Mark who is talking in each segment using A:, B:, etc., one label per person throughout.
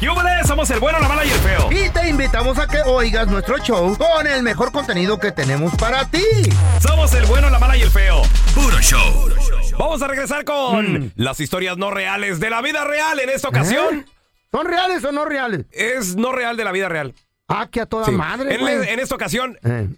A: ¡Yúbales! Somos el bueno, la mala y el feo.
B: Y te invitamos a que oigas nuestro show con el mejor contenido que tenemos para ti.
A: Somos el bueno, la mala y el feo. Puro show. Vamos a regresar con
B: Mm.
A: las historias no reales de la vida real en esta ocasión.
B: ¿Eh? ¿Son reales o no reales?
A: Es no real de la vida real.
B: Ah, que a toda
A: Sí.
B: ¿Eh? madre,
A: en,
B: güey.
A: en esta ocasión,
B: Eh.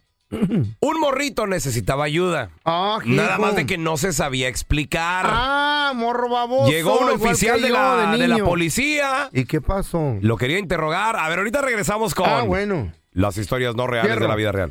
A: un morrito necesitaba ayuda.
B: Ah,
A: Nada
B: hijo.
A: más de que no se sabía explicar.
B: Ah, morro baboso.
A: Llegó un
B: igual que
A: oficial de
B: yo
A: la, de la
B: niño.
A: policía.
B: ¿Y qué pasó?
A: Lo quería interrogar. A ver, ahorita regresamos con
B: Ah, bueno.
A: las historias no reales de
B: Fierro.
A: la vida real.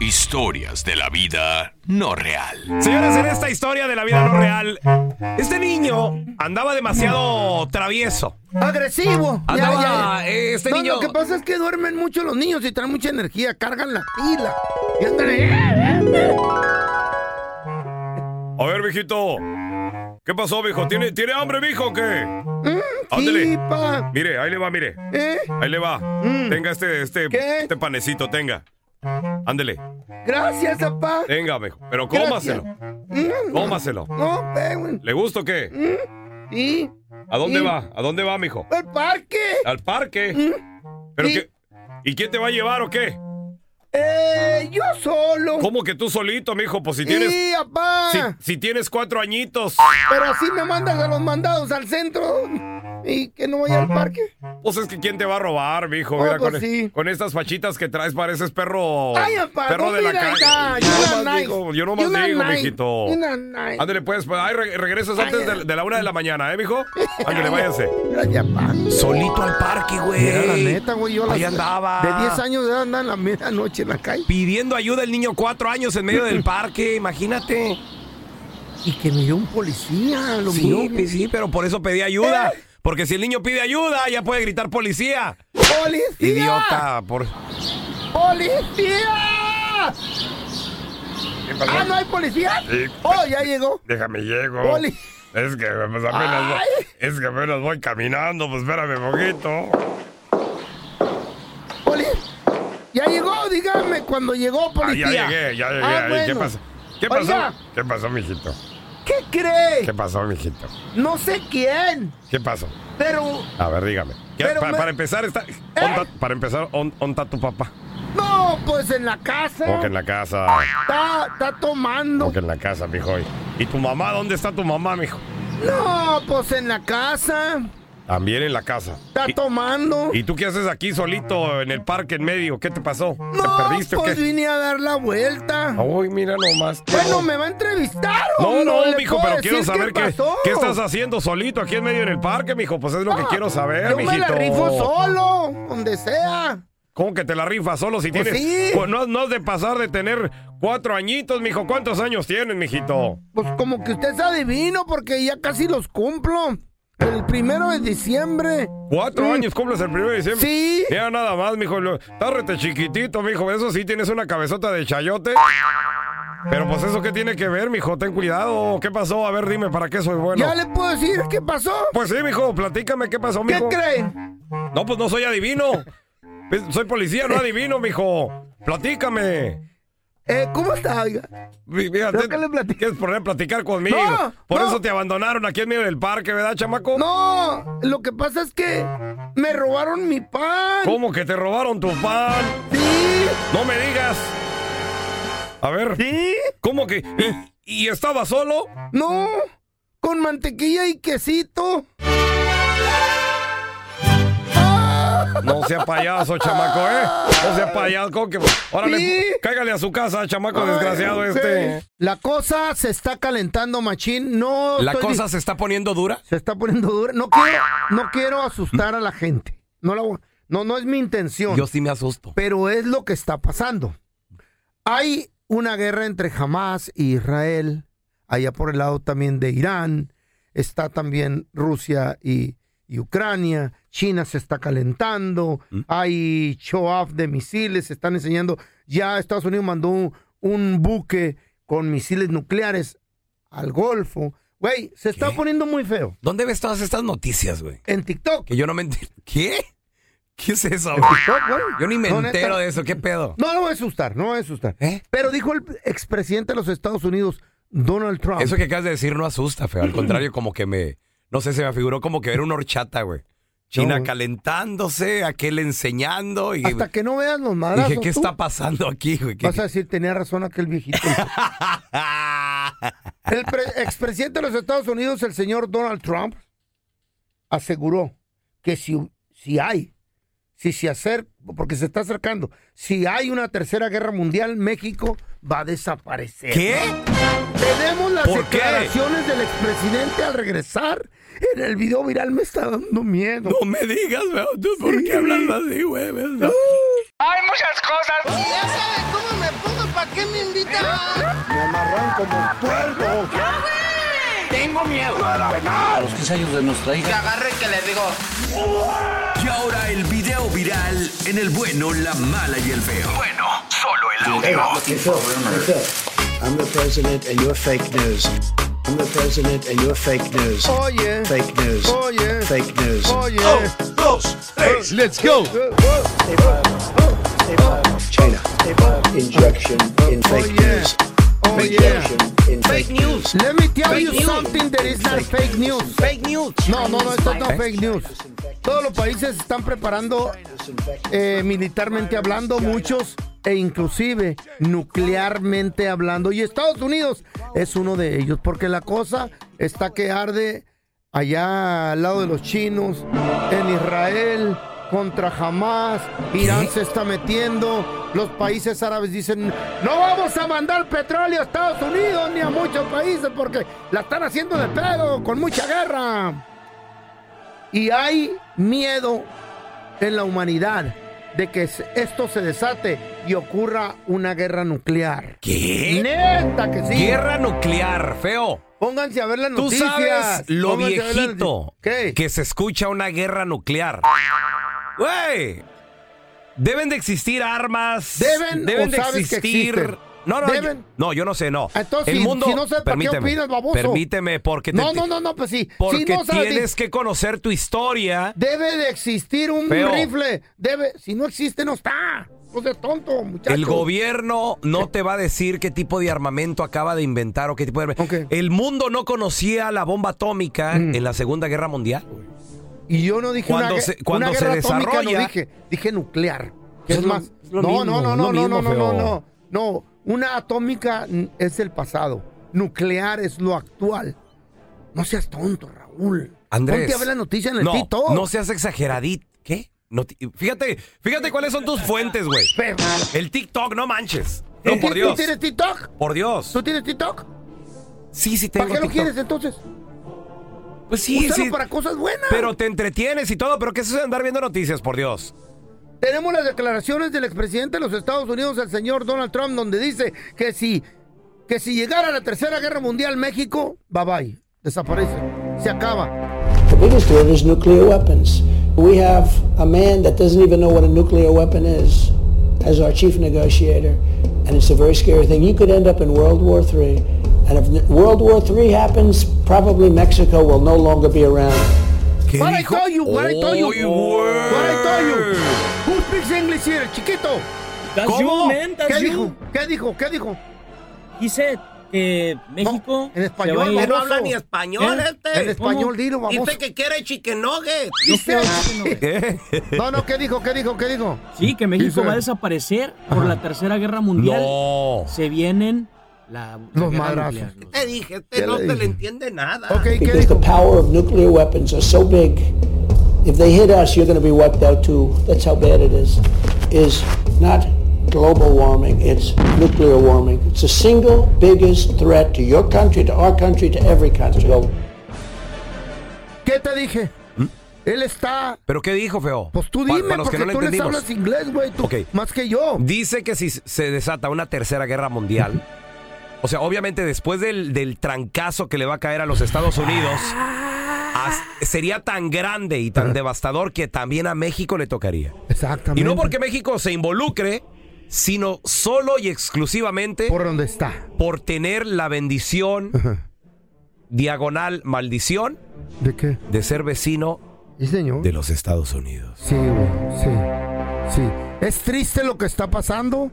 C: Historias de la Vida No Real.
A: Señores, en esta historia de la vida no real, este niño andaba demasiado travieso.
B: Agresivo. Ah, Ya,
A: Andaba,
B: ya.
A: eh, este
B: No,
A: niño-
B: Lo que pasa es que duermen mucho los niños y traen mucha energía, cargan la pila. Y andan ahí.
A: A ver, viejito. ¿Qué pasó, viejo? ¿Tiene, ¿tiene hambre, viejo, o qué? Ándele.
B: Sí, pa.
A: Mire, ahí le va, mire.
B: ¿Eh?
A: Ahí le va. Tenga este, este,
B: ¿Qué?
A: este panecito, tenga. Ándele.
B: Gracias, papá.
A: Tenga, viejo. Pero
B: Gracias.
A: cómaselo.
B: Mm,
A: Cómaselo.
B: No, ve, güey.
A: ¿Le gusta o qué?
B: Y
A: ¿A dónde
B: Sí.
A: va? ¿A dónde va, mijo?
B: al parque.
A: Al parque.
B: Mm,
A: ¿Pero
B: Sí.
A: qué? ¿Y quién te va a llevar o qué?
B: Eh, yo solo.
A: ¿Cómo que tú solito, mijo? Pues si tienes.
B: Sí, papá.
A: Si, si tienes cuatro añitos,
B: Pero así me mandas a los mandados al centro y que no vaya al parque.
A: pues es que quién te va a robar, mijo.
B: Oh,
A: Mira,
B: pues
A: con,
B: sí.
A: con estas fachitas que traes pareces perro.
B: Ay, papá,
A: Oh, perro
B: no,
A: de la
B: mira,
A: calle.
B: ya,
A: Yo
B: you're
A: nomás
B: nice.
A: digo, yo nomás
B: You're
A: digo,
B: nice.
A: mijito.
B: You're nice.
A: Ándale, pues, pues, ay, re- regresas
B: Ay,
A: antes
B: ay.
A: de, de la una de la mañana, ¿eh, mijo? Ándale, váyase.
B: Gracias, papá.
A: Solito al parque, güey.
B: Era la neta, güey. Yo a
A: Ahí
B: las-
A: andaba.
B: De 10 años de edad andaba en la medianoche en la calle.
A: Pidiendo ayuda el niño cuatro años en medio del parque, imagínate.
B: Y que miró un policía, lo
A: Sí,
B: miró.
A: pues sí, pero por eso pedí ayuda.
B: Eh.
A: Porque si el niño pide ayuda, ya puede gritar policía.
B: ¡Policía!
A: Idiota, por...
B: ¡Policía! ¡Ah, no hay policía! ¡Oh, ya llegó!
A: Déjame llego.
B: Poli.
A: Es que pues,
B: apenas- Ay.
A: es que apenas voy caminando, pues espérame poquito. Ah,
B: ¡Poli! ¡Ya llegó! Dígame cuando llegó, policía. Ah, bueno. Oiga,
A: ¿Qué pasó, mijito?
B: ¿Qué cree?
A: pasó, mijito?
B: No sé quién,
A: ¿Qué pasó?
B: pero...
A: A ver, dígame. ¿Qué-
B: Pero
A: pa-
B: me- ¿Eh?
A: Para empezar, está, onda- para empezar, on- ¿onta tu papá?
B: No, pues en la casa.
A: ¿O que en la casa?
B: Está, está tomando.
A: ¿O que en la casa, mijo? ¿Y- ¿Y tu mamá? ¿Dónde está tu mamá, mijo?
B: No, pues en la casa.
A: También en la casa.
B: Está
A: ¿Y,
B: tomando.
A: y tú qué haces aquí solito en el parque en medio? ¿Qué te pasó? ¿Te
B: no,
A: perdiste
B: pues
A: o qué?
B: vine a dar la vuelta.
A: Ay, mira nomás. qué
B: Bueno,
A: horror.
B: me va a entrevistar.
A: No,
B: ¿o
A: no,
B: ¿Le
A: mijo,
B: puedo
A: pero quiero
B: decir
A: saber
B: qué,
A: qué,
B: pasó?
A: qué estás haciendo solito aquí en medio en el parque, mijo. Pues es lo que
B: No,
A: quiero saber,
B: Yo
A: mijito.
B: me la rifo solo, donde sea.
A: ¿Cómo que te la rifas solo si
B: Pues
A: tienes?
B: sí.
A: Pues no, no has de pasar de tener cuatro añitos, mijo. ¿Cuántos años tienes, mijito?
B: Pues como que usted es adivino porque ya casi los cumplo. El primero de diciembre.
A: Cuatro
B: Mm.
A: años cumples el primero de diciembre.
B: Sí.
A: Mira nada más, mijo. Lo- Estás rete chiquitito, mijo. Eso sí, tienes una cabezota de chayote. Pero pues eso qué tiene que ver, mijo. Ten cuidado. ¿Qué pasó? A ver, dime, ¿para qué soy bueno?
B: Ya le puedo decir qué pasó.
A: Pues sí, mijo. Platícame qué pasó,
B: ¿Qué
A: mijo.
B: creen?
A: No, pues no soy adivino. Pues, Soy policía, no adivino, mijo. Platícame.
B: Eh, ¿Cómo está? oiga?
A: Mi- mira,
B: ¿Pero
A: te-
B: qué le platico?
A: ¿Quieres poner a platicar conmigo?
B: No,
A: Por
B: no.
A: eso te abandonaron aquí en medio del parque, ¿verdad, chamaco?
B: No, lo que pasa es que me robaron mi pan.
A: ¿Cómo que te robaron tu pan?
B: Sí,
A: No me digas. A ver,
B: sí.
A: ¿cómo que? ¿Y, y estaba solo?
B: No, con mantequilla y quesito. ¡Ah!
A: No sea payaso, chamaco, ¿eh? No sea payaso. ¿Cómo que? Órale,
B: Sí.
A: cáigale a su casa, chamaco desgraciado
B: Ay,
A: este.
B: sí. La cosa se está calentando, machín. No. estoy di-
A: se está poniendo dura?
B: se está poniendo dura. No quiero, no quiero asustar a la gente. No la voy- no, no es mi intención.
A: sí me asusto.
B: Pero es lo que está pasando. Hay una guerra entre Hamas e Israel, allá por el lado también de Irán, está también Rusia y, y Ucrania, China se está calentando,
D: Mm.
B: hay show off de misiles, se están enseñando, ya Estados Unidos mandó un, un buque con misiles nucleares al Golfo. Güey, se está
D: ¿Qué?
B: poniendo muy feo.
D: ¿Dónde ves todas estas noticias, güey?
B: En TikTok.
D: Que yo no me entero. ¿Qué? ¿Qué es eso,
B: En
D: güey?
B: TikTok, güey.
D: Yo ni me
B: No, neta.
D: entero de eso. ¿Qué pedo?
B: No, no voy a asustar, no voy a asustar.
D: ¿Eh?
B: Pero dijo el expresidente de los Estados Unidos, Donald Trump.
D: Eso que acabas de decir no asusta, feo. Al contrario, como que me. No sé, se me afiguró como que era una horchata, güey. China
B: No.
D: calentándose, aquel enseñando. Y
B: Hasta que no veas los madrazos.
D: dije, ¿qué
B: tú,
D: está pasando aquí, güey? ¿Qué-
B: Vas a decir, tenía razón aquel viejito. el pre- expresidente de los Estados Unidos, el señor Donald Trump, aseguró que si, si hay, si se acerca, porque se está acercando, si hay una tercera guerra mundial, México va a desaparecer.
D: ¿Qué?
B: Tenemos las
D: ¿Por qué?
B: declaraciones del expresidente al regresar. En el video viral me está dando miedo.
D: No me digas, feo. ¿Tú por
B: Sí.
D: qué hablas así, güey? No.
C: Y ahora el video viral en el bueno, la mala y el feo. Bueno, solo el audio.
E: I'm the president and you're fake news. I'm the president and you're fake news.
B: Oye,
E: Fake news.
B: oye,
E: Fake news.
B: oye.
E: China. Injection in fake
B: yeah.
E: news.
B: Oh,
E: Injection in fake news.
B: Let me tell you something that is not fake news. Fake news. No, no, no, esto no es fake news. Todos los países están preparando eh, militarmente hablando, muchos e inclusive nuclearmente hablando. Y Estados Unidos es uno de ellos, porque la cosa está que arde allá al lado de los chinos, en Israel, contra Hamas, Irán se está metiendo, los países árabes dicen, no vamos a mandar petróleo a Estados Unidos ni a muchos países porque la están haciendo de pedo, con mucha guerra. Y hay miedo en la humanidad de que se- esto se desate y ocurra una guerra nuclear.
D: ¿Qué?
B: Neta que sí.
D: Guerra nuclear, feo.
B: Pónganse a ver las
D: Tú
B: noticias.
D: sabes lo
B: Pónganse a ver las
D: viejito
B: noti- ¿Qué?
D: que se escucha una guerra nuclear. Güey, deben de existir armas.
B: ¿Deben o
D: de
B: sabes que
D: existir.
B: existen?
D: no, no,
B: ¿Deben?
D: yo- no, yo no sé, no.
B: Entonces, si- si no sabes, ¿para qué opinas, baboso?
D: Permíteme, porque te-
B: No,
D: te-
B: no, no, no, pues sí.
D: porque
B: si no sabes,
D: tienes que conocer tu historia.
B: debe de existir un
D: Feo.
B: rifle. Debe, si no existe, no está. No seas tonto, muchacho.
D: El gobierno no te va a decir qué tipo de armamento acaba de inventar o qué tipo de...
B: Ok. Mm.
D: El mundo no conocía la bomba atómica en la Segunda Guerra Mundial.
B: Y yo no dije
D: Cuando
B: una, gue-
D: se- cuando
B: una
D: se
B: guerra atómica,
D: desarrolla-
B: no dije, dije nuclear. que
D: Es
B: es,
D: lo-
B: más,
D: es
B: no,
D: lo mismo,
B: no, no,
D: es
B: no,
D: lo
B: no,
D: mismo,
B: no, no, no,
D: feo.
B: no, no. Una atómica mm, es el pasado. Nuclear es lo actual. No seas tonto, Raúl.
D: Andrés.
B: Ponte a ver la noticia en el
D: no,
B: TikTok.
D: No seas exageradito. ¿Qué? No ti- fíjate, fíjate cuáles son tus fuentes, güey.
B: Pero-
D: El TikTok, no manches.
B: ¿Tú-
D: No, por
B: ¿Tú
D: Dios.
B: tienes TikTok?
D: Por Dios.
B: ¿Tú tienes TikTok?
D: Sí, sí tengo
B: ¿Para qué lo
D: TikTok.
B: quieres entonces?
D: Pues sí,
B: Úsalo
D: sí.
B: para cosas buenas.
D: Pero te entretienes y todo, pero ¿qué es eso de andar viendo noticias, por Dios?
B: Tenemos las declaraciones del expresidente de los Estados Unidos, el señor Donald Trump, donde dice que si, que si llegara la Tercera Guerra Mundial, México, bye bye, desaparece, se acaba.
E: The biggest threat is nuclear weapons. We have a man that doesn't even know what a nuclear weapon is as our chief negotiator, and it's a very scary thing. You could end up in World War III, and if n- World War III happens, probably Mexico will no longer be around.
D: ¿Qué
B: What I told you, what I told you,
D: Oy,
B: what I told you.
D: word.
B: Who speaks English here, chiquito?
D: ¿Cómo?
B: ¿Qué dijo? ¿Qué dijo? ¿Qué dijo?
F: Dice que
B: México en español,
F: se va a ir-
B: no habla ni
D: español este.
B: En español, dilo, vamos.
D: que quiere chicken nuggets.
B: No, no, ¿qué dijo? ¿Qué dijo? ¿Qué dijo?
F: sí, que México
B: Dice-
F: va a desaparecer por la Tercera Guerra Mundial.
D: No.
F: Se vienen la, la
B: Los
F: guerra
B: madrazos.
F: nuclear, los-
D: Te dije, este
B: Ya no le te le dije.
D: entiende nada.
B: Ok, ¿qué
E: Because the
B: dijo?
E: power of nuclear weapons are so big, if they hit us, you're going to be wiped out too. That's how bad it is. Is not global warming, it's nuclear warming. It's the single biggest threat to your country, to our country, to every country.
B: ¿Qué te dije? Él está...
D: ¿Pero qué dijo, feo?
B: Pues tú
D: Pa-
B: dime,
D: ¿Mm? para los
B: porque
D: que no lo
B: tú les
D: entendimos.
B: hablas inglés, güey, tú,
D: Ok.
B: más que yo.
D: Dice que si se desata una tercera guerra mundial, o sea, obviamente después del, del trancazo que le va a caer a los Estados Unidos,
B: Ah.
D: as- sería tan grande y tan devastador que también a México le tocaría.
B: Exactamente.
D: Y no porque México se involucre, sino solo y exclusivamente
B: por donde está.
D: por tener la bendición
B: Ajá.
D: diagonal maldición
B: ¿De qué?
D: de ser vecino
B: Sí, señor.
D: de los Estados Unidos.
B: Sí, güey, sí, sí. Es triste lo que está pasando.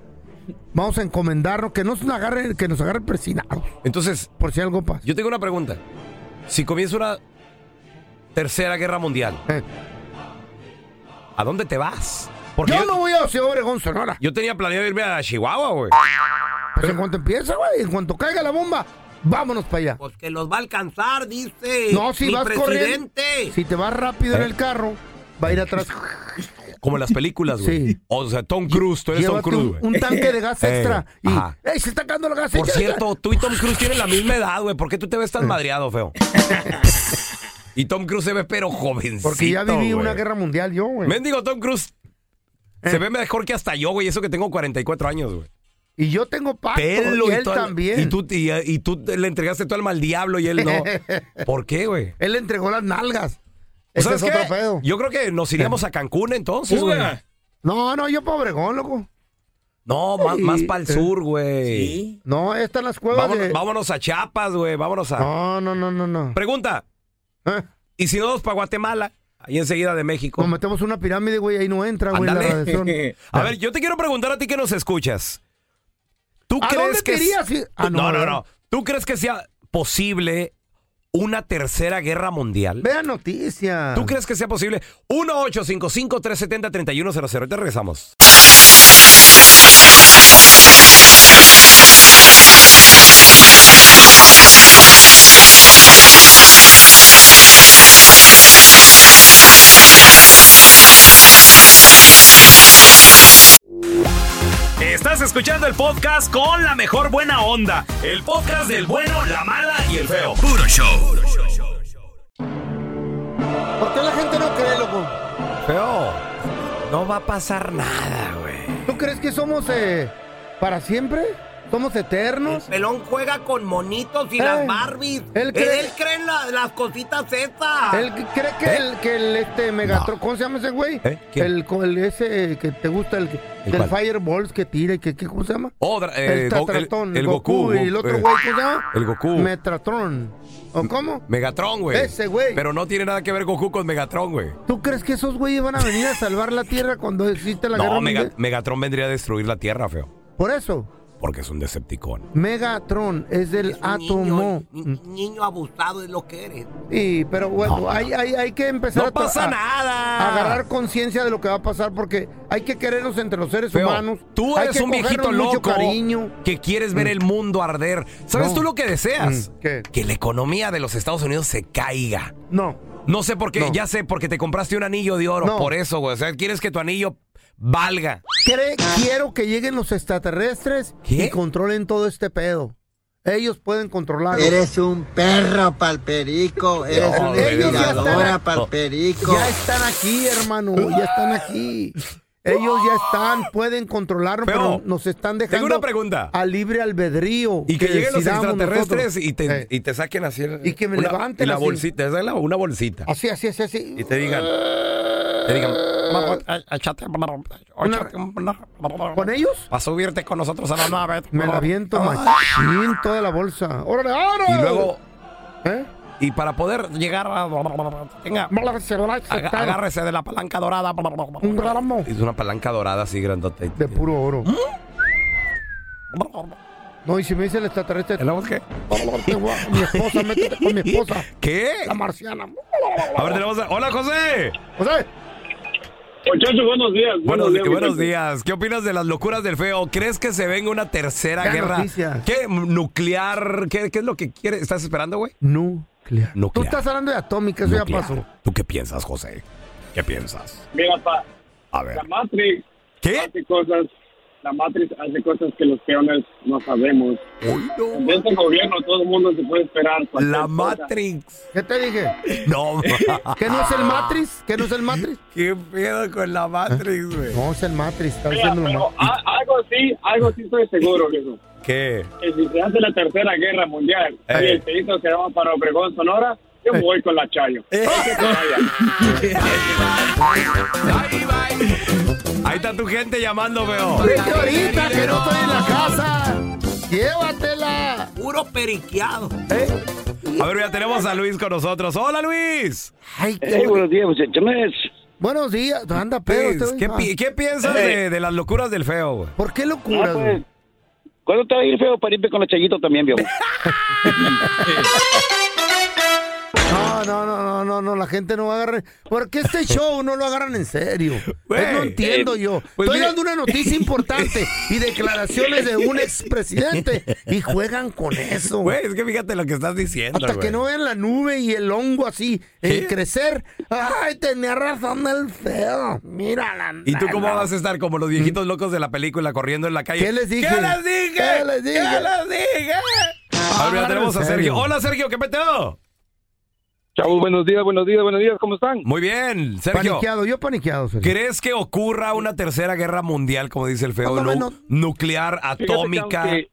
B: Vamos a encomendarnos que nos agarre, que nos agarre persinados,
D: Entonces,
B: por si algo pasa.
D: yo tengo una pregunta. Si comienza una tercera guerra mundial,
B: Eh,
D: ¿a dónde te vas? Porque
B: yo,
D: yo,
B: no voy a Ciudad Obregón, Sonora.
D: yo tenía planeado irme a Chihuahua, güey.
B: Pues en cuanto empieza, güey, en cuanto caiga la bomba, vámonos para allá.
D: Porque los va a alcanzar, dice.
B: No, si vas corriendo, si te vas rápido
D: Eh.
B: en el carro, va a ir atrás.
D: Como en las películas, güey.
B: Sí.
D: O sea, Tom Cruise, tú eres Tom
B: Llévate
D: Cruise,
B: un,
D: güey.
B: un tanque de gas
D: Eh,
B: extra y,
D: ajá.
B: ¡ey, se está acabando el gas!
D: Por
B: ya, ya!
D: cierto, tú y Tom Cruise tienen la misma edad, güey. ¿Por qué tú te ves tan madreado, feo? Y Tom Cruise se ve pero jovencito,
B: Porque ya viví una
D: güey.
B: guerra Eh. mundial yo, güey.
D: Mendigo Tom Cruise se ve mejor que hasta yo, güey. Eso que tengo 44 años, güey.
B: Y yo tengo pacto
D: Pelo
B: y él
D: todo-
B: también.
D: Y tú, y- y tú le entregaste todo al mal diablo y él no. ¿Por qué, güey?
B: Él le entregó las nalgas.
D: O
B: Ese
D: ¿Sabes
B: es
D: qué?
B: otro pedo.
D: Yo creo que nos iríamos a Cancún entonces, güey.
B: No, no, yo pa' Obregón, loco.
D: No, más,
B: Sí.
D: más para el sur, güey.
B: No, están las cuevas
D: Vámonos,
B: de...
D: vámonos a Chiapas, güey. Vámonos a.
B: Pues No, no, no, no, no.
D: Pregunta.
B: Eh,
D: ¿Y si no nos para Guatemala? Ahí enseguida de México.
B: nos metemos una pirámide, güey, ahí no entra, güey, la
D: Ándale.
B: radiación.
D: A ver, yo te quiero preguntar a ti que nos escuchas. ¿Tú
B: ¿A
D: crees
B: dónde
D: que
B: te
D: es-
B: irías si- Ah,
D: no,
B: no,
D: no,
B: ¿verdad?
D: no. ¿Tú crees que sea posible una tercera guerra mundial?
B: Vean noticias.
D: ¿Tú crees que sea posible? 1-855-370-3100. Te regresamos.
G: Estás escuchando el podcast con la mejor buena onda. El podcast del bueno, la mala y el feo. Puro show.
B: ¿Por qué la gente no cree, loco?
D: Feo, no va a pasar nada, güey.
B: ¿Tú crees que somos eh, para siempre? ¿Somos eternos?
D: Pelón juega con monitos y
B: Eh, las Barbies. él cree- Él
D: cree en las cositas esas.
B: ¿Él cree que
D: ¿Eh?
B: el, que el este Megatron, ¿cómo se llama ese güey?
D: ¿Eh? ¿Quién?
B: El, co- el ese que te gusta, el, que-
D: ¿El
B: del
D: cuál?
B: Fireballs que tira y que, que- ¿cómo se llama? el
D: el, Go- el-
B: Tatratón,
D: el Goku,
B: y el
D: Go-
B: otro
D: eh,
B: güey, ¿cómo se llama?
D: el Goku.
B: Metatron. ¿O cómo?
D: Megatron, güey.
B: Ese güey.
D: Pero no tiene nada que ver Goku con Megatron, güey.
B: ¿Tú crees que esos güeyes van a venir a salvar la Tierra cuando existe la guerra
D: No, Mega-
B: mundial?
D: Megatron vendría a destruir la Tierra, feo.
B: Por eso,
D: Porque es un Decepticon.
B: Megatron es del átomo.
D: niño abusado es lo que eres.
B: Y, pero bueno,
D: No,
B: hay, hay, hay que empezar
D: No
B: a, to-
D: pasa
B: a-
D: nada.
B: a agarrar conciencia de lo que va a pasar porque hay que querernos entre los seres
D: Feo,
B: humanos.
D: Tú
B: Hay
D: eres
B: que
D: un viejito
B: cogernos mucho
D: loco
B: cariño. Mm.
D: que quieres ver el mundo arder. ¿Sabes
B: No.
D: tú lo que deseas?
B: Mm, ¿qué?
D: Que la economía de los Estados Unidos se caiga.
B: No.
D: No sé por qué,
B: No.
D: ya sé, porque te compraste un anillo de oro.
B: No.
D: Por eso, güey. O sea, quieres que tu anillo valga.
B: Cre- quiero que lleguen los extraterrestres
D: ¿Qué?
B: y controlen todo este pedo. Ellos pueden controlar. Eres un perro, palperico. Eres un palperico. Ya están aquí, hermano. Ya están aquí. Ellos ya están, pueden controlarnos,
D: Feo,
B: pero nos están
D: Tengo
B: dejando
D: una pregunta.
B: a libre albedrío.
D: Y que, lleguen los
B: decidamos
D: extraterrestres
B: nosotros.
D: y, te,
B: Eh,
D: y te saquen así. el-
B: Y que me
D: una,
B: levanten
D: y la
B: así.
D: bolsita, esa es la- una bolsita.
B: Así, así, así, así.
D: Y te digan. Te digan. "Vamos, eh, échate,
B: Una-
D: échate un-
B: ¿Con ellos?
D: Va a subirte con nosotros a la nave.
B: Me la viento machín toda la bolsa. ¡Órale, ahora!
D: Ah, Y luego,
B: ¿Eh?
D: y para poder llegar a. Tenga, aga- agárrese de la palanca dorada.
B: Un gramo
D: Es una palanca dorada así grandota.
B: Mm. de puro oro. No, y si me dice el extraterrestre,
D: ¿El agua qué?
B: te voy a- mi esposa, métete con mi esposa,
D: ¿Qué?
B: la marciana.
D: A ver, tenemos. a- ¡Hola, José!
B: O sea,
G: Muchachos, buenos días.
D: Buenos, buenos días. ¿Qué opinas de las locuras del feo? ¿Crees que se venga una tercera
B: Ya
D: guerra?
B: noticias.
D: ¿Qué? ¿Nuclear? ¿Qué, qué es lo que quieres? ¿Estás esperando, güey?
B: nuclear. Tú
D: Nuclear.
B: estás hablando de atómica, eso ya
D: Nuclear.
B: pasó.
D: ¿Tú qué piensas, José? ¿Qué piensas?
G: Mira, pa,
D: A ver.
G: la Matrix
D: ¿Qué?
G: hace cosas, la Matrix hace cosas que los peones Pues, no sabemos.
D: Uy, no.
G: De este gobierno todo el mundo se puede esperar. cualquier
D: La
G: cosa.
D: Matrix.
B: ¿Qué te dije?
D: No, ma-
B: ¿Que no es el Matrix? ¿Que no es el Matrix?
D: qué pedo con la Matrix, güey.
B: No, es el Matrix, está
G: Mira,
B: diciendo lo
G: pero ah,
B: mal.
G: a- algo sí, algo sí estoy seguro, viejo.
D: ¿Qué?
G: Que si se hace la tercera guerra mundial
D: Eh.
G: y el pedito se va para Obregón, Sonora, yo
B: Eh.
G: me voy con la Chayo. Que se vaya.
D: Ahí va. Ahí está tu gente llamando, veo.
B: Vete ahorita que no estoy en la casa. Llévatela.
F: Puro periqueado.
D: A ver, ya tenemos a Luis con nosotros. ¡Hola, Luis!
B: Ay,
H: Hey, buenos días, muchachones.
B: Buenos días. Anda, pedo.
D: Luis,
B: este,
D: ¿qué,
B: güey.
D: pi-
B: Ah,
D: qué piensas
H: Eh.
D: de, de las locuras del feo, güey?
B: ¿Por qué
H: Ah,
B: locuras,
H: pues,
B: güey?
H: ¿Cuándo te va a ir feo para irme con los chayitos también, viejo?
B: No, no, no, no, no, no, la gente no va a agarrar. ¿Por qué este show no lo agarran en serio?
D: Güey,
B: Eh, no entiendo yo.
D: pues
B: Estoy
D: mira-
B: dando una noticia importante y declaraciones de un expresidente y juegan con eso.
D: Güey, es que fíjate lo que estás diciendo,
B: Hasta que
D: güey.
B: no vean la nube y el hongo así en
D: ¿Sí?
B: crecer. Ay, tenía razón el feo. Mírala.
D: ¿Y tú cómo
B: nana.
D: vas a estar como los viejitos locos de la película corriendo en la calle?
B: ¿Qué les dije?
D: ¿Qué les dije?
B: ¿Qué les dije?
D: ¿Qué les dije? A ver, ya tenemos a
B: en
D: Sergio.
B: serio.
D: Hola, Sergio, ¿qué peteo?
H: Chavos, buenos días, buenos días, buenos días, ¿cómo están?
D: Muy bien, Sergio.
B: Paniqueado, yo paniqueado. Sergio.
D: ¿Crees que ocurra una tercera guerra mundial, como dice el feo,
B: Cuando
D: nu-
B: menos.
D: nuclear,
H: Fíjate que
D: atómica?
H: Aunque,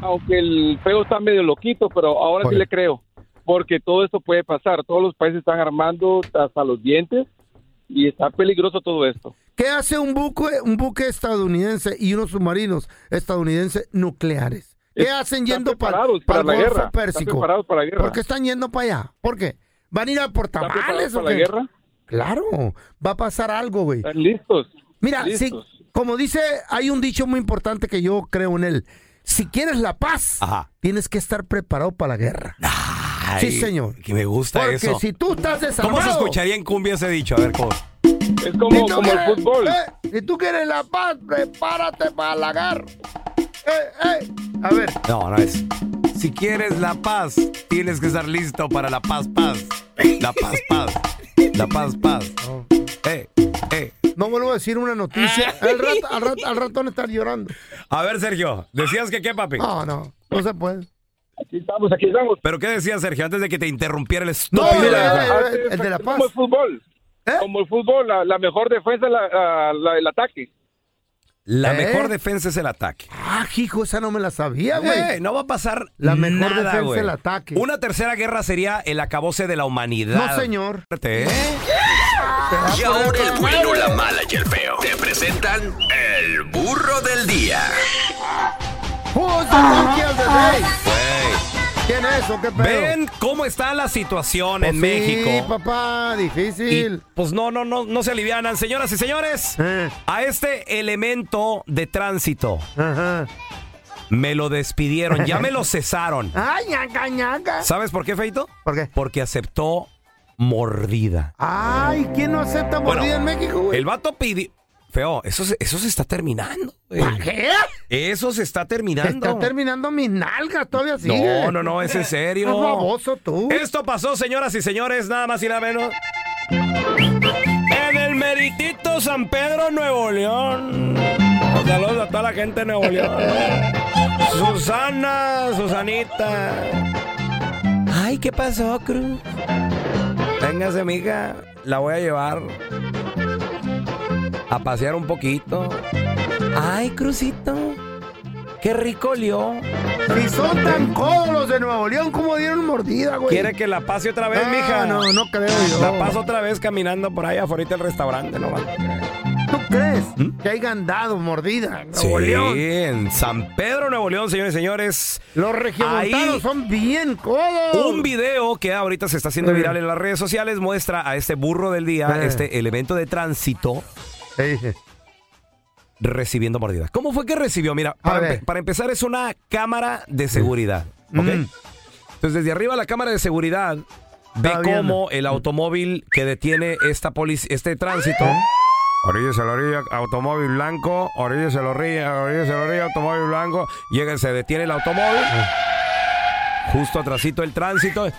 H: aunque el feo está medio loquito, pero ahora sí
B: Oye.
H: le creo, porque todo esto puede pasar. Todos los países están armando hasta los dientes y está peligroso todo esto.
B: ¿Qué hace un buque, un buque estadounidense y unos submarinos estadounidenses nucleares? ¿Qué hacen
H: Están
B: yendo para,
H: preparados
B: para
H: para la
B: el Golfo
H: guerra, están
B: Pérsico?
H: preparados para la guerra.
B: ¿Por qué están yendo para allá? ¿Por qué? ¿Van a ir a por
H: ¿Están preparados
B: tamales o
H: para la
B: qué?
H: guerra?
B: Claro, va a pasar algo, güey.
H: ¿Están listos?
B: Mira, si,
H: listos.
B: como dice, hay un dicho muy importante que yo creo en él. Si quieres la paz,
D: Ajá.
B: tienes que estar preparado para la guerra.
D: Ay,
B: Sí, señor.
D: Que me gusta
B: Porque
D: eso.
B: si tú estás desarmado...
D: ¿Cómo se escucharía en cumbia ese dicho? A ver, ¿cómo?
H: Es como,
B: Si tú
H: como el
B: quieres-
H: fútbol.
B: eh, si tú quieres la paz, prepárate para la guerra. Eh, eh. A ver,
D: No, no es. Si quieres la paz, tienes que estar listo para la paz, paz. La paz, paz. La paz, paz. Eh, eh.
B: no vuelvo a decir una noticia. Al rato, al rato, al rato van a estar llorando.
D: A ver, Sergio, decías que qué, papi.
B: No, no, no se puede.
H: Aquí estamos, aquí estamos.
D: ¿Pero qué decías, Sergio, antes de que te interrumpiera el
B: No,
D: estúpido?
B: el, el-
D: de-
B: el- eh, el- el de la paz.
H: Como el fútbol.
B: ¿Eh?
H: Como el fútbol, la, la mejor defensa es la, la- la- el ataque.
D: La
B: ¿Eh?
D: mejor defensa es el ataque.
B: Ah, hijo, esa no me la sabía,
D: Eh,
B: güey.
D: no va a pasar
B: La mejor
D: nada,
B: defensa
D: güey.
B: el ataque.
D: Una tercera guerra sería el acabose de la humanidad.
B: No, señor.
D: ¿Eh?
C: Y ahora el bueno, la mala y el feo te presentan el burro del día.
B: Who's the monkey of the day? ¿Quién es o qué pedo?
D: Ven cómo está la situación
B: Pues
D: en
B: sí,
D: México.
B: papá,
D: Y,
B: difícil.
D: pues no, no, no, no se alivianan, señoras y señores.
B: Eh.
D: A este elemento de tránsito
B: Ajá.
D: me lo despidieron, ya me lo cesaron.
B: Ay, ñaca, ñaca.
D: ¿Sabes por qué, Feito?
B: ¿Por qué?
D: Porque aceptó mordida.
B: Ay, ¿quién no acepta
D: Bueno,
B: mordida en México, güey?
D: El vato pidió. Feo, eso se, eso se está terminando. güey.
B: ¿Para qué?
D: Eso se está
B: Se
D: terminando.
B: está terminando mis nalgas, todavía sigue. Ah,
D: no, no, no, es en serio.
B: Estás baboso tú.
D: Esto pasó, señoras y señores, nada más y nada menos. En el meritito San Pedro, Nuevo León. Saludos a toda la gente de Nuevo León. Susana, Susanita. Ay, ¿qué pasó, Cruz? Véngase, amiga. La voy a llevar a pasear un poquito. Ay, Cruzito. Qué rico olió.
B: Si son tan codos los de Nuevo León, ¿cómo dieron mordida, güey?
D: ¿Quiere que la pase otra vez,
B: Ah,
D: mija?
B: No, no creo yo.
D: La paso otra vez caminando por ahí afuera del restaurante, no
B: ¿Tú crees
D: ¿Mm?
B: que hayan dado mordida en Nuevo León?
D: en San Pedro, Nuevo León, señores y señores.
B: Los regiomontanos
D: Ahí-
B: son bien codos.
D: Un video que ahorita se está haciendo
B: Eh.
D: viral en las redes sociales muestra a este burro del día,
B: Eh.
D: este elemento de tránsito,
B: Eh,
D: recibiendo mordidas. ¿Cómo fue que recibió? Mira,
B: A
D: para,
B: ver.
D: empe- para empezar es una cámara de seguridad, ¿ok?
B: Mm.
D: Entonces desde arriba la cámara de seguridad ve
B: Está viendo.
D: cómo el automóvil que detiene esta polic- este tránsito...
B: ¿Eh?
D: Oríllese a la orilla, automóvil blanco, oríllese a la orilla, oríllese a la orilla, automóvil blanco, llega, se detiene el automóvil,
B: Ah.
D: justo atrasito el tránsito,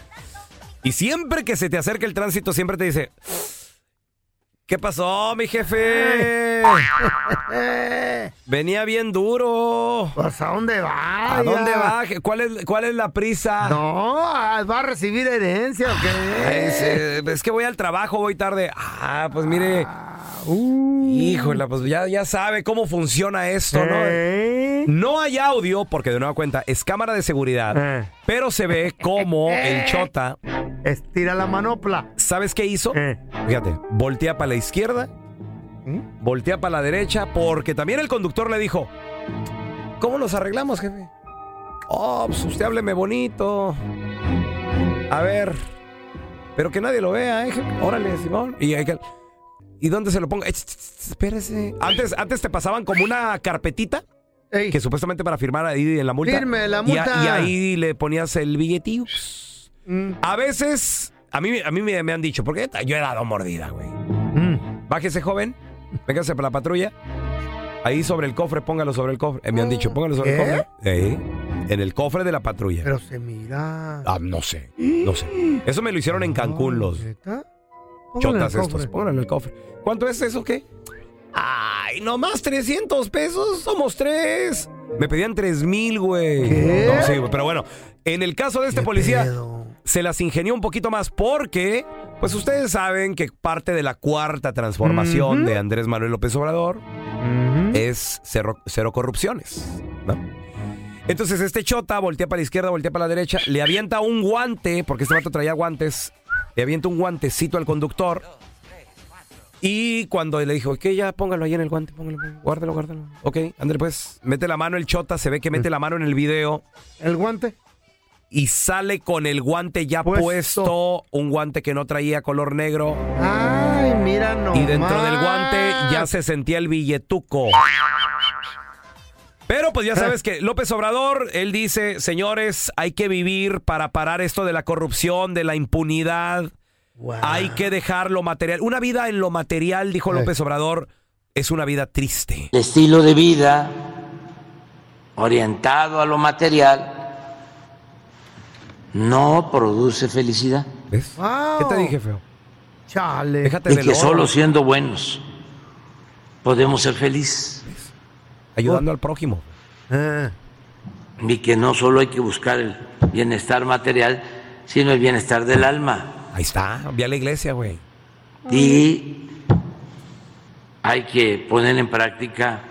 D: y siempre que se te acerca el tránsito, siempre te dice, ¿qué pasó, mi jefe?
B: eh.
D: Venía bien duro.
B: Pues, ¿a dónde va?
D: ¿A dónde
B: ya?
D: va? ¿Cuál es, cuál es la prisa?
B: No, ah, ¿va a recibir herencia o
D: Ay,
B: qué?
D: dice, es que voy al trabajo, voy tarde. Ah, pues mire, híjole, pues ya, ya sabe cómo funciona esto, ¿no?
B: Eh.
D: No hay audio, porque de nueva cuenta es cámara de seguridad,
B: Eh.
D: pero se ve como el Chota,
B: Estira la manopla.
D: ¿sabes qué hizo?
B: Eh.
D: Fíjate, voltea para la izquierda,
B: ¿Mm?
D: voltea para la derecha porque también el conductor le dijo, ¿cómo nos arreglamos, jefe? Oh, pues usted hábleme bonito. A ver, pero que nadie lo vea, ¿eh? jefe? Órale, Simón. Y, aquel, ¿Y dónde se lo pongo? Eh, ch, ch, ch, espérese. Antes, antes te pasaban como una carpetita. Que supuestamente para firmar ahí en la multa.
B: Firme la
D: Y a-
B: multa.
D: Y, ahí le ponías el billetillo.
B: mm.
D: A veces, a mí, a mí me, me han dicho, porque yo he dado mordida, güey.
B: Mm.
D: Bájese, joven. Véngase para la patrulla. Ahí sobre el cofre, póngalo sobre el cofre. Eh, me han dicho, póngalo sobre el
B: ¿Qué?
D: cofre. Eh, en el cofre de la patrulla.
B: Pero se mira.
D: Ah, no sé, no sé. Eso me lo hicieron en Cancún los
B: Póngalo en el
D: chotas estos.
B: cofre.
D: Pónganlo en el cofre. ¿Cuánto es eso qué? Ay, nomás 300 pesos, somos tres. Me pedían 3 mil, güey. No, sí, güey, pero bueno, en el caso de este policía, se las ingenió un poquito más porque, pues ustedes saben que parte de la cuarta transformación de Andrés Manuel López Obrador es cero, cero corrupciones, ¿no? Entonces este chota voltea para la izquierda, voltea para la derecha, le avienta un guante, porque este vato traía guantes, le avienta un guantecito al conductor. Y cuando le dijo, ok, ya póngalo ahí en el guante, póngalo, póngalo, guárdalo, guárdalo. Ok, André, pues mete la mano el chota, se ve que mete la mano en el video.
B: ¿El guante?
D: Y sale con el guante ya puesto, un guante que no traía color negro.
B: Ay, mira, no.
D: Y dentro del guante ya se sentía el billetuco. Pero pues ya sabes que López Obrador, él dice, señores, hay que vivir para parar esto de la corrupción, de la impunidad. Hay que dejar lo material. Una vida en lo material, dijo López Obrador, es una vida triste.
I: de estilo de vida orientado a lo material no produce felicidad.
B: Wow.
D: ¿Qué te dije, feo?
B: Chale.
I: Y que solo siendo buenos podemos ser felices.
D: Ayudando al prójimo.
B: Ah.
I: Y que no solo hay que buscar el bienestar material, sino el bienestar del alma.
D: Ahí está, ve a la iglesia, güey.
I: Y hay que poner en práctica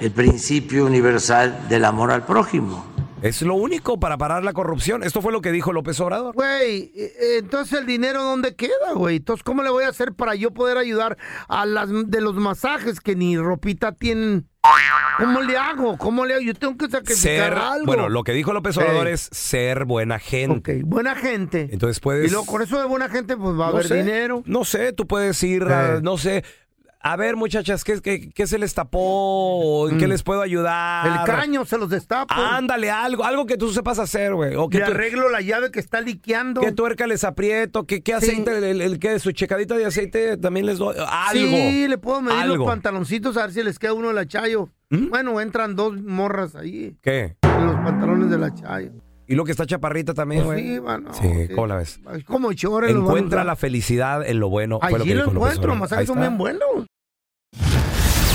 I: el principio universal del amor al prójimo.
D: Es lo único para parar la corrupción. Esto fue lo que dijo López Obrador.
B: Güey, eh, eh, entonces el dinero dónde queda, güey. Entonces, ¿cómo le voy a hacer para yo poder ayudar a las de los masajes que ni ropita tienen? ¿Cómo le hago? ¿Cómo le hago? Yo tengo que sacrificar
D: Ser,
B: algo.
D: bueno, lo que dijo López Obrador
B: Ey.
D: es ser buena gente.
B: buena gente.
D: Entonces puedes
B: Y luego con eso de buena gente, pues va a
D: No
B: haber
D: sé,
B: dinero.
D: No sé, tú puedes ir, a, no sé. A ver, muchachas, ¿qué, qué, qué se les tapó? ¿En qué les puedo ayudar?
B: El caño se los destapo.
D: pues. Ándale, algo, algo que tú sepas hacer, güey. O Ah, que
B: Le
D: tú-
B: arreglo la llave que está liqueando.
D: ¿Qué tuerca les aprieto? ¿Qué, qué aceite? El, el, el que su checadita de aceite también les doy. Algo.
B: Sí, le puedo medir
D: algo. ¿Mm?
B: los pantaloncitos a ver si les queda uno de la chayo. Bueno, entran dos morras ahí.
D: ¿Qué?
B: Los pantalones de la chayo.
D: Y lo que está chaparrita también,
B: Pues
D: Eh, güey.
B: sí, mano,
D: Sí, ¿cómo la ves?
B: Es como chores. los van a
D: Encuentra
B: usar.
D: la felicidad en lo bueno. fue lo
B: Allí
D: que
B: lo,
D: dijo López
B: encuentro,
D: Obrador.
B: más
D: Ahí
B: son
D: está.
B: bien buenos.